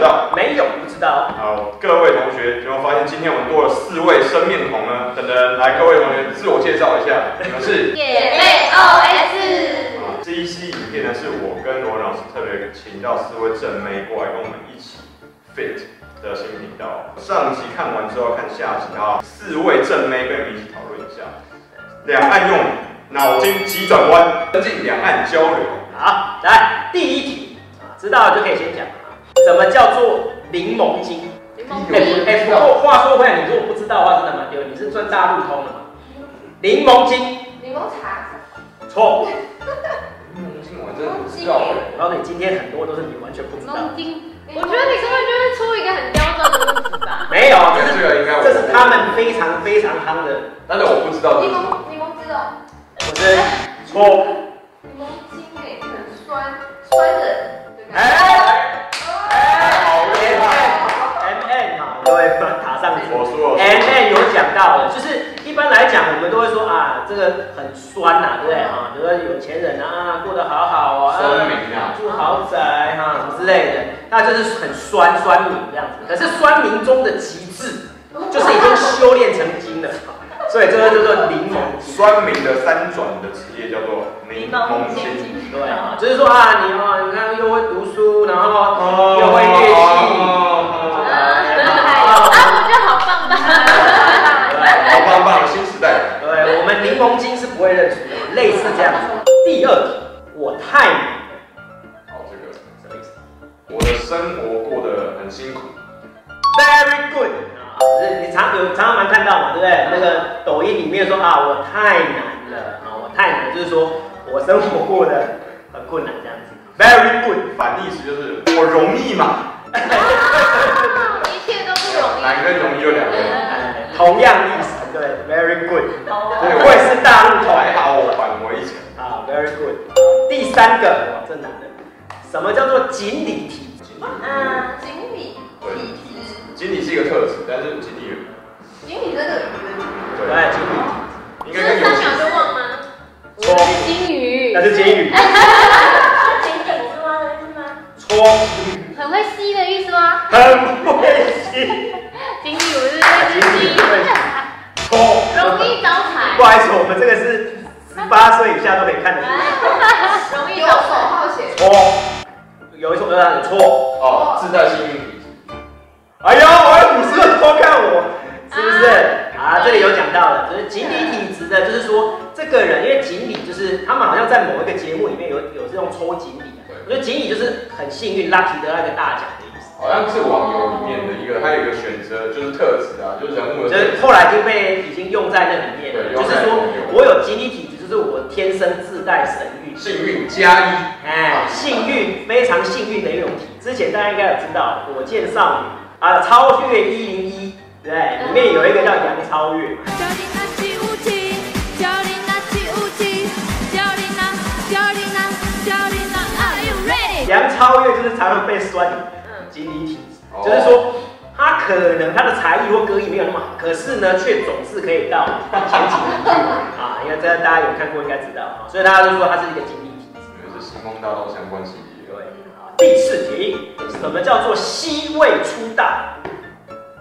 道？没有不知道，好，各位同学，有没有发现今天我们多了四位生面孔呢？等等，来，各位同学自我介绍一下，你们是？姐妹 OS，好这一期影片呢，是我跟罗文老师特别请到四位正妹过来跟我们一起 fit 的新频道。上集看完之后要看下集啊，四位正妹跟我们一起讨论一下两岸用语、脑筋急转弯，增进两岸交流。好，来第一题啊，知道了就可以先讲啊。什么叫做柠檬精？柠哎檬不冰，哎，不过话说回来，你如果不知道的话，真的蛮丢脸。你是赚大陆通的嘛？柠檬精柠檬茶，我错，真的不知道哎我告诉你，今天很多都是你完全不知柠道。檬嗯精。我觉得你根本就是出一个很刁钻的例子 吧。没有，啊这这个应该是我这是他们非常非常夯的，哎但是我不知 道柠檬柠檬汁哦，我是错。柠檬精哎，很酸酸的。对吧哎哦，M N 哈，各位把它打上去。我说了 M N 有讲到的，就是一般来讲，我们都会说啊，这个很酸呐、对不对啊？比如说有钱人啊，过得好好啊，声明啊住豪宅哈、什么之类的，那就是很酸酸民这样子。可是酸民中的极致，就是已经修炼成精了，所以这个叫做柠檬精。酸民的三转的职业叫做柠檬精，对啊，就是说啊，你哦，你看又会读书，然后又会乐哦器。啊，我觉得好棒啊棒。好棒棒的新时代。对，我们柠檬精是不会认出的，类似这样子。第二题，我太美好，这个什么意思我的生活过得很辛苦， ？Very good 啊，就是你常有常常蛮看到嘛，对不对？那个抖音里面说啊，我太难了啊，我太难了，就是说我生活过得很困难这样子。Very good，反义词就是我容易嘛，啊一切都不容易。难跟容易就两个。哎，同样意思，对，Very good，不好，愧是大陆同还好我返回一层，啊，Very good。第三个，哇，这难的，什么叫做锦鲤题？嗯，锦鲤体质，锦鲤是一个特质，但是锦鲤锦鲤这个鱼，对，对，锦鲤题。应该是跟三游戏秒就忘吗？错，金鱼那是金鱼。锦鲤是蛙的意思吗？错，很会吸的意思吗？很会吸。锦鲤我是那锦只鲤鸡，会错，容易招哦财哎不，好意思，我们这个是十八岁以下都可以看得出。容易招手。错，有一首歌的错。哦，自带幸运体质，哎呦，我要五十个偷看我，是不是？啊，这里有讲到的，就是锦鲤体质的，就是说这个人，因为锦鲤就是他们好像在某一个节目里面有有这种抽锦鲤啊，我觉得锦鲤就是很幸运，lucky 得到一个大奖的意思。哦好像是网游里面的一个，它有一个选择就是特质啊，就是人物的就特是质。后来就被已经用在那里面了，对就是说我有锦鲤体质，就是我天生自带神运。幸运加哎，幸运，非常幸运的一种题。之前大家应该有知道《火箭少女》啊，《超越一零一》，对不对，里面有一个叫杨超越嘛。教你拿起武器，教你拿起武器，教你拿，教你拿，教你拿，Are you 嗯 ready？杨超越就是常常被酸锦鲤体质，哦 就是说他可能他的才艺或歌艺没有那么好，可是呢，却总是可以到前几名啊。因为这个大家有看过应该知道啊，所以大家就说他是一个锦鲤体质。一，因为是星光大道相关系列。对，好第四题，什么叫做西魏出道？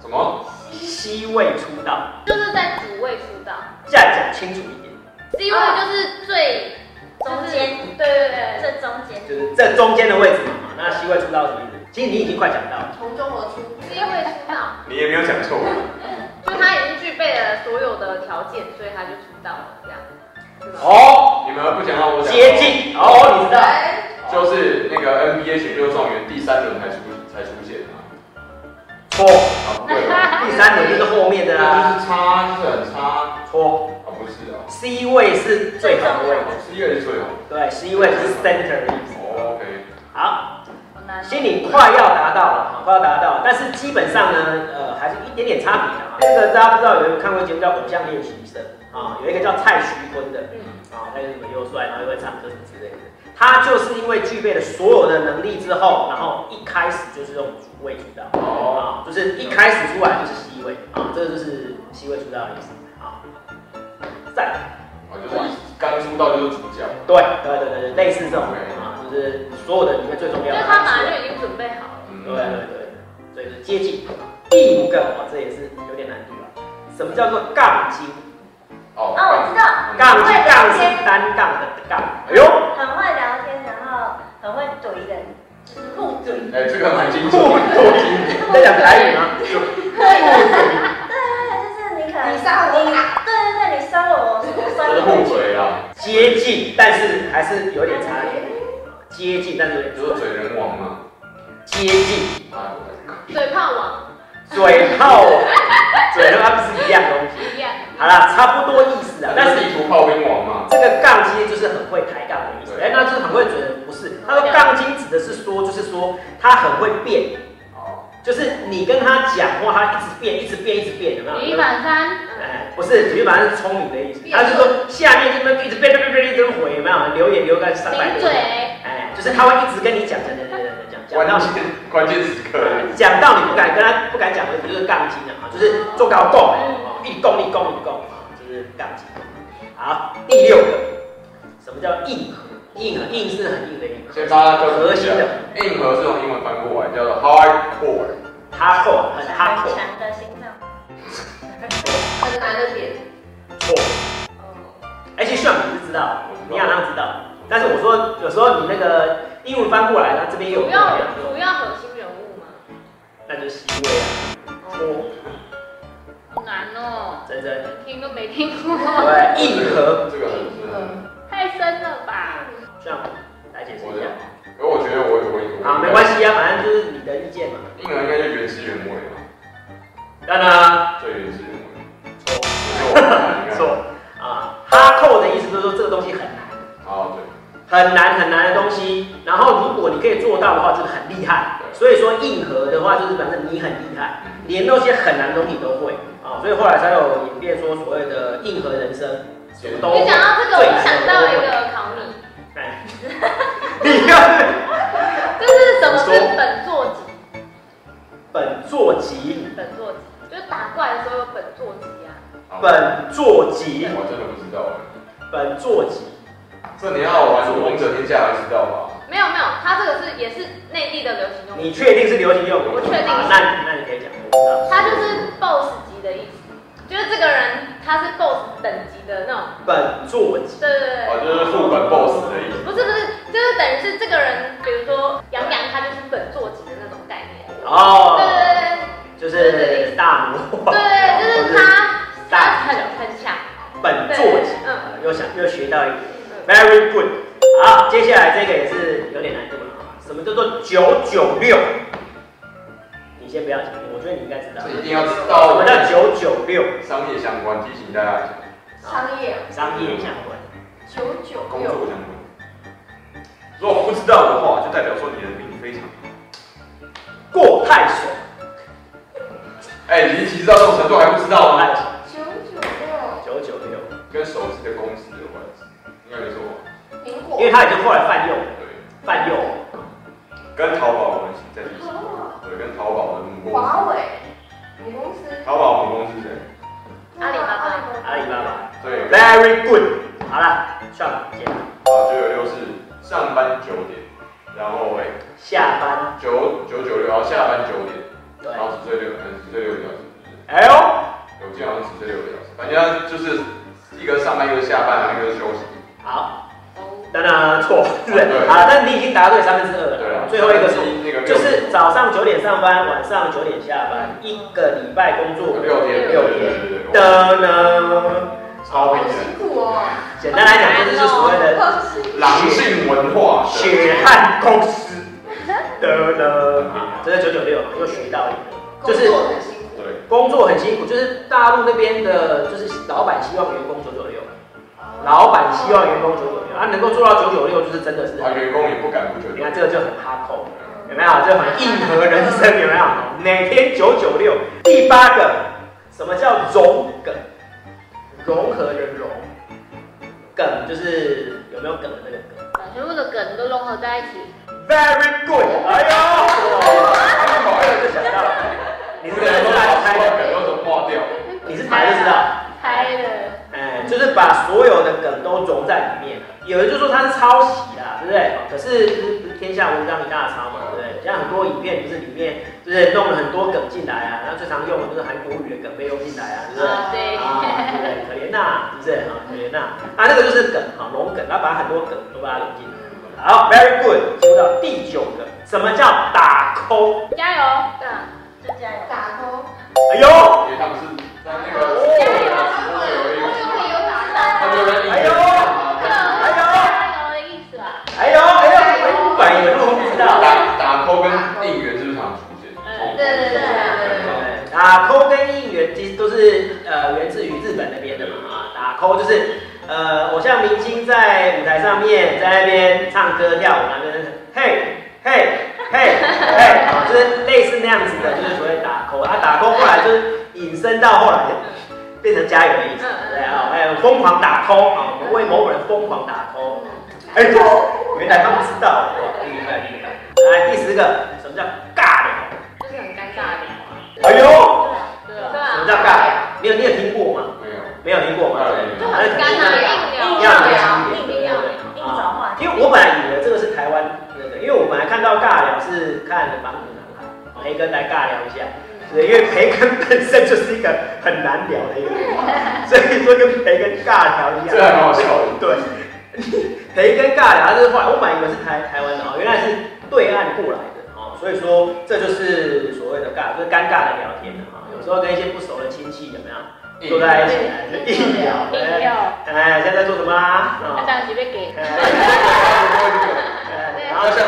什么？西魏出道，就是在主位出道这样讲清楚一点。 ，C 位就是最啊中间，对对对，这中间，就是这中间的位置嘛。那西外出道什么意思？其实你已经快讲到了，从中而出，C 位出道，你也没有讲错，就他已经具备了所有的条件，所以他就出道了，这样，是吧？ 哦，你们不讲到我讲。接。近哦，你知道哎就是那个 NBA 选秀状元第三轮才出才出现的嘛。错，啊，不对吧？啊第三轮就是后面的啦，就是差，就是很差。错啊，不是啊， ，C 位是最好的位置，是一个是最好。对，C 位是 center 的意思。哦，OK。好，好难哦。心里快要达到了，好快要达到了，但是基本上呢，呃，还是一点点差别的啊。这个大家不知道有没有看过一个节目叫《偶像练习生》啊，有一个叫蔡徐坤的，啊，他又很又帅，然后又会唱歌什么之类的。他就是因为具备了所有的能力之后，然后一开始就是用主位出道，哦啊，就是一开始出来就是 C 位啊，这个就是 C 位出道的意思啊。再来啊，就是一刚出道就是主角。对对对对对，类似这种人啊，就是所有的里面最重就要的。是他本来就已经准备好了，嗯对对对，所以是接近。第五个哦，这也是有点难度了。什么叫做杠精？哦啊，我知道，杠精杠是单杠的杠。哎呦，很会聊天，然后很会怼人，互怼。哎，这个蛮精准，多精准。在讲台语吗？就是你可能你杀我啦对对对，你伤了我，我伤这是了你互。嘴啊，接近，但是还是有点差距。接近，但是有点比差如说嘴人王嘛，接近，啊，嘴炮王嘴炮，嘴和它不是一样东西。一样。好啦，差不多意思啊，但是地图炮兵王嘛，这个杠精就是很会抬杠的意思。对哎、那就是很会嘴人，不是？他说杠精 指的是说，就是说他很会变，哦，就是你跟他讲话，他一直变，一直变，一直变，有没有？举一反三，哎，不是，举一反三是聪明的意思。变他是说下面这边一直变，变变变，一直回，有没有？留言留个上百顶个。嘴，哎，就是他会一直跟你讲，讲讲讲讲讲讲关到键关键时刻，讲到你不敢跟他不敢讲的，就是杠精啊，就是做高供，哦一供一供一供啊，就是杠精。好，第六个，什么叫硬核？硬核硬是很硬的硬，先帮他叫核心的，硬核是从英文翻过来叫做 hardcore，哈扣很哈很扣，强的心脏。很难的点。错。哦而且炫你是知道，你好像知道，但是我说有时候你那个英文翻过来，它这边有主要主要核心人物嘛，那就是西威啊，哦，好难哦，真真听都没听过， 对硬核，这个很太深了吧？炫来解释一下。是，可我觉得我有问一个，啊，没关，系啊，反正就是你的意见嘛。硬核应该就原汁原味嘛，当然啊，最原汁原 味，错没错啊，哈扣的意思就是说这个东西很难，啊很难很难的东西。然后如果你可以做到的话，就是很厉害。所以说硬核的话，就是表示你很厉害，嗯连那些很难的东西你都会啊。所以后来才有演变说所谓的硬核人生，什么都你会。讲到这个，我想到一个考你，哎，你看这是什么是本座级？本座集，本座级就是打怪的时候有本座级啊。对，本座集，我真的不知道哎，本座集，这你要玩王者天下才知道吧？没有没有，它这个是也是内地的流行用你语，确定是流行用语？我确定啊那你那你可以讲，我不知道。它就是 BOSS 级的意思，就是这个人他是 BOSS 等级的那种，本座集，对对对哦，就是副本 BOSS 的意思，不是不是，就是等于是这个人，比如说杨洋，他就是本座级的那种概念。对对哦，对就是大魔对王，对，就是他，他大很很强。本对座集，嗯呃又想又学到一个，very good。好，接下来这个也是有点难度了啊，什么叫做九九六？你先不要讲，我觉得你应该知道。这一定要知什么道叫九九六？商业相关，提醒大家商业商业相关。九九工六，作相关。如果不知道的话，就代表说你的命非常好。过太爽，哎，离题到这种程度还不知道过吗太？爽，九九六，九九六，跟手机的公司有关系，应该没错吧？苹因果为。他已经后来泛用，对，泛用。跟淘宝有关系，在一起。哦对，跟淘宝的母公司。华为，母公司。啊淘宝母公司谁？阿里巴巴阿里巴巴对，啊， ，very good。好了，算了，接着九九六是上班九点，然后哎下班。九九九六，然后下班九点，对，然后只睡六，嗯，只睡六个小时，哎呦。有记得好像只睡六个小时，反正就是一个上班，一个下班，然后一个休息。好，当然错，是不是对？好，但你已经答对三分之二了。对啊，最后一个是，那个就是早上九点上班，晚上九点下班，一个礼拜工作六天六对天。对对对，的呢，超好平辛的，苦哦，简单来讲，这就是所谓的好辛苦。狼性文化的血汗公司的呢，这是九九六嘛，又学到一个，就是工作很辛苦。对，工作很辛苦，就是大陆那边的，就是老板希望员工九九六，老板希望员工九九六，啊，能够做到九九六，就是真的是很啊，员工也不敢不觉你看得。这个就很哈扣，有没有？就很硬核人生，有没有？每天九九六。第八个，什么叫融梗？融合的融，梗就是有没有梗的那个梗。把全部的梗都融合在一起， Very good，哎呦，我就哎想到了，你是不是来猜的？啊有种化掉，你是猜就知道，猜的哎，对？就是把所有的梗都融在里面。有人就说他是抄袭啦，对不对？可是不是不是天下文章一大抄嘛，对不对？像很多影片不是里面就是弄了很多梗进来啊，然后最常用的就是韩国语的梗被用进来啊，对不对？啊对啊，对不对？可怜呐，是不是啊？可怜呐，啊，那个就是梗啊，龙梗，他把很多梗都把它融进来。好，very good，进入到第九个，什么叫打 call？加油！对啊，就这样。打工，哎呦，因为他们是哦在那加油个，他会有一个，们会有打他嗯就在哎呦打加油的意思吧？哎呦，哎呦，哎不管有没有不知道。打扣跟应援是不是常出现？嗯对对对对对对打 call 跟应援其实都是呃源自于日本那边的嘛啊，打 call 就是呃偶像明星在舞台上面在那边唱歌跳舞，然后就是嘿嘿嘿嘿，啊就是类似那样子的，就是所谓打 call 啊，打 call 后来就是引申到后来变成加油的意思，对啊，还有疯狂打 call 啊，我们为某人疯狂打 call，哎呦，原来他们知道，哇，厉害厉害！来第十个，什么叫尬聊？就是很尴尬的聊啊。哎呦！对啊啊，什么叫尬？你有你有听过吗？没有，没有听过吗？就很尴尬，要硬聊，聊，硬聊。硬找话题因为我本来以为这个是台湾那个，因为我本来看到尬聊是看《盲女男孩》，培根来尬聊一下，对，因为培根本身就是一个很难聊的一个人，所以说跟培根尬聊一样。这还蛮好笑的。 对，培根尬聊，就是后来我本来以为是台台湾的哦，原来是对岸过来的哦，所以说这就是所谓的尬，就是尴尬的聊天啊、有时候跟一些不熟的亲戚怎么样坐在一起，哎硬聊，硬哎，聊，哎现在在做什么啊？他啊当然随便给，哎对然后像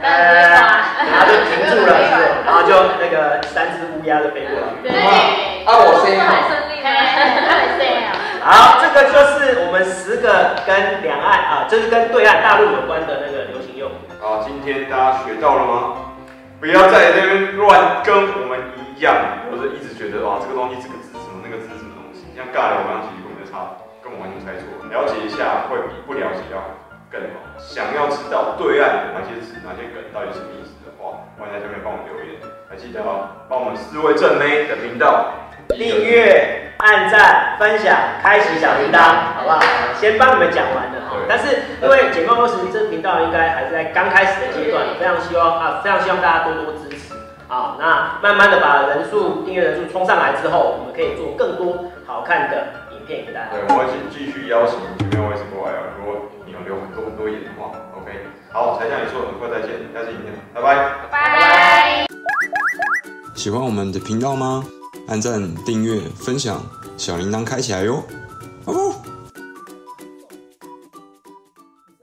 哎然后就停住了，是不是？然后就那个三只乌鸦就飞过来。对，啊我声音好很顺利哎，他很 say 啊。好，这个就是我们十个跟两岸啊，就是跟对岸大陆有关的那个流行用语。好，今天大家学到了吗？不要在这边乱跟我们一样，或者一直觉得哇啊这个东西这个字什么那个字什么东西，像尬聊我刚刚其实根本就差，跟我完全猜错。了解一下会比不了解要更好。想要知道对岸有哪些词哪些梗到底什么意思的话，欢迎在下面帮我们留言，还记得哦，帮我们四位正妹的频道订阅、按赞、分享、开启小铃铛，好不好？先帮你们讲完了哈对，但是因为简报二十这频道应该还是在刚开始的阶段，非常希望啊，非常希望大家多多支持啊。那慢慢的把人数、订阅人数冲上来之后，我们可以做更多好看的影片给大家。对，我会继继续邀请前面位置过来啊。如果你有留很多很多言的话，OK。好，才像你说，很快再见，下次影片，拜拜。拜。喜欢我们的频道吗？按赞、订阅、分享，小铃铛开起来哟！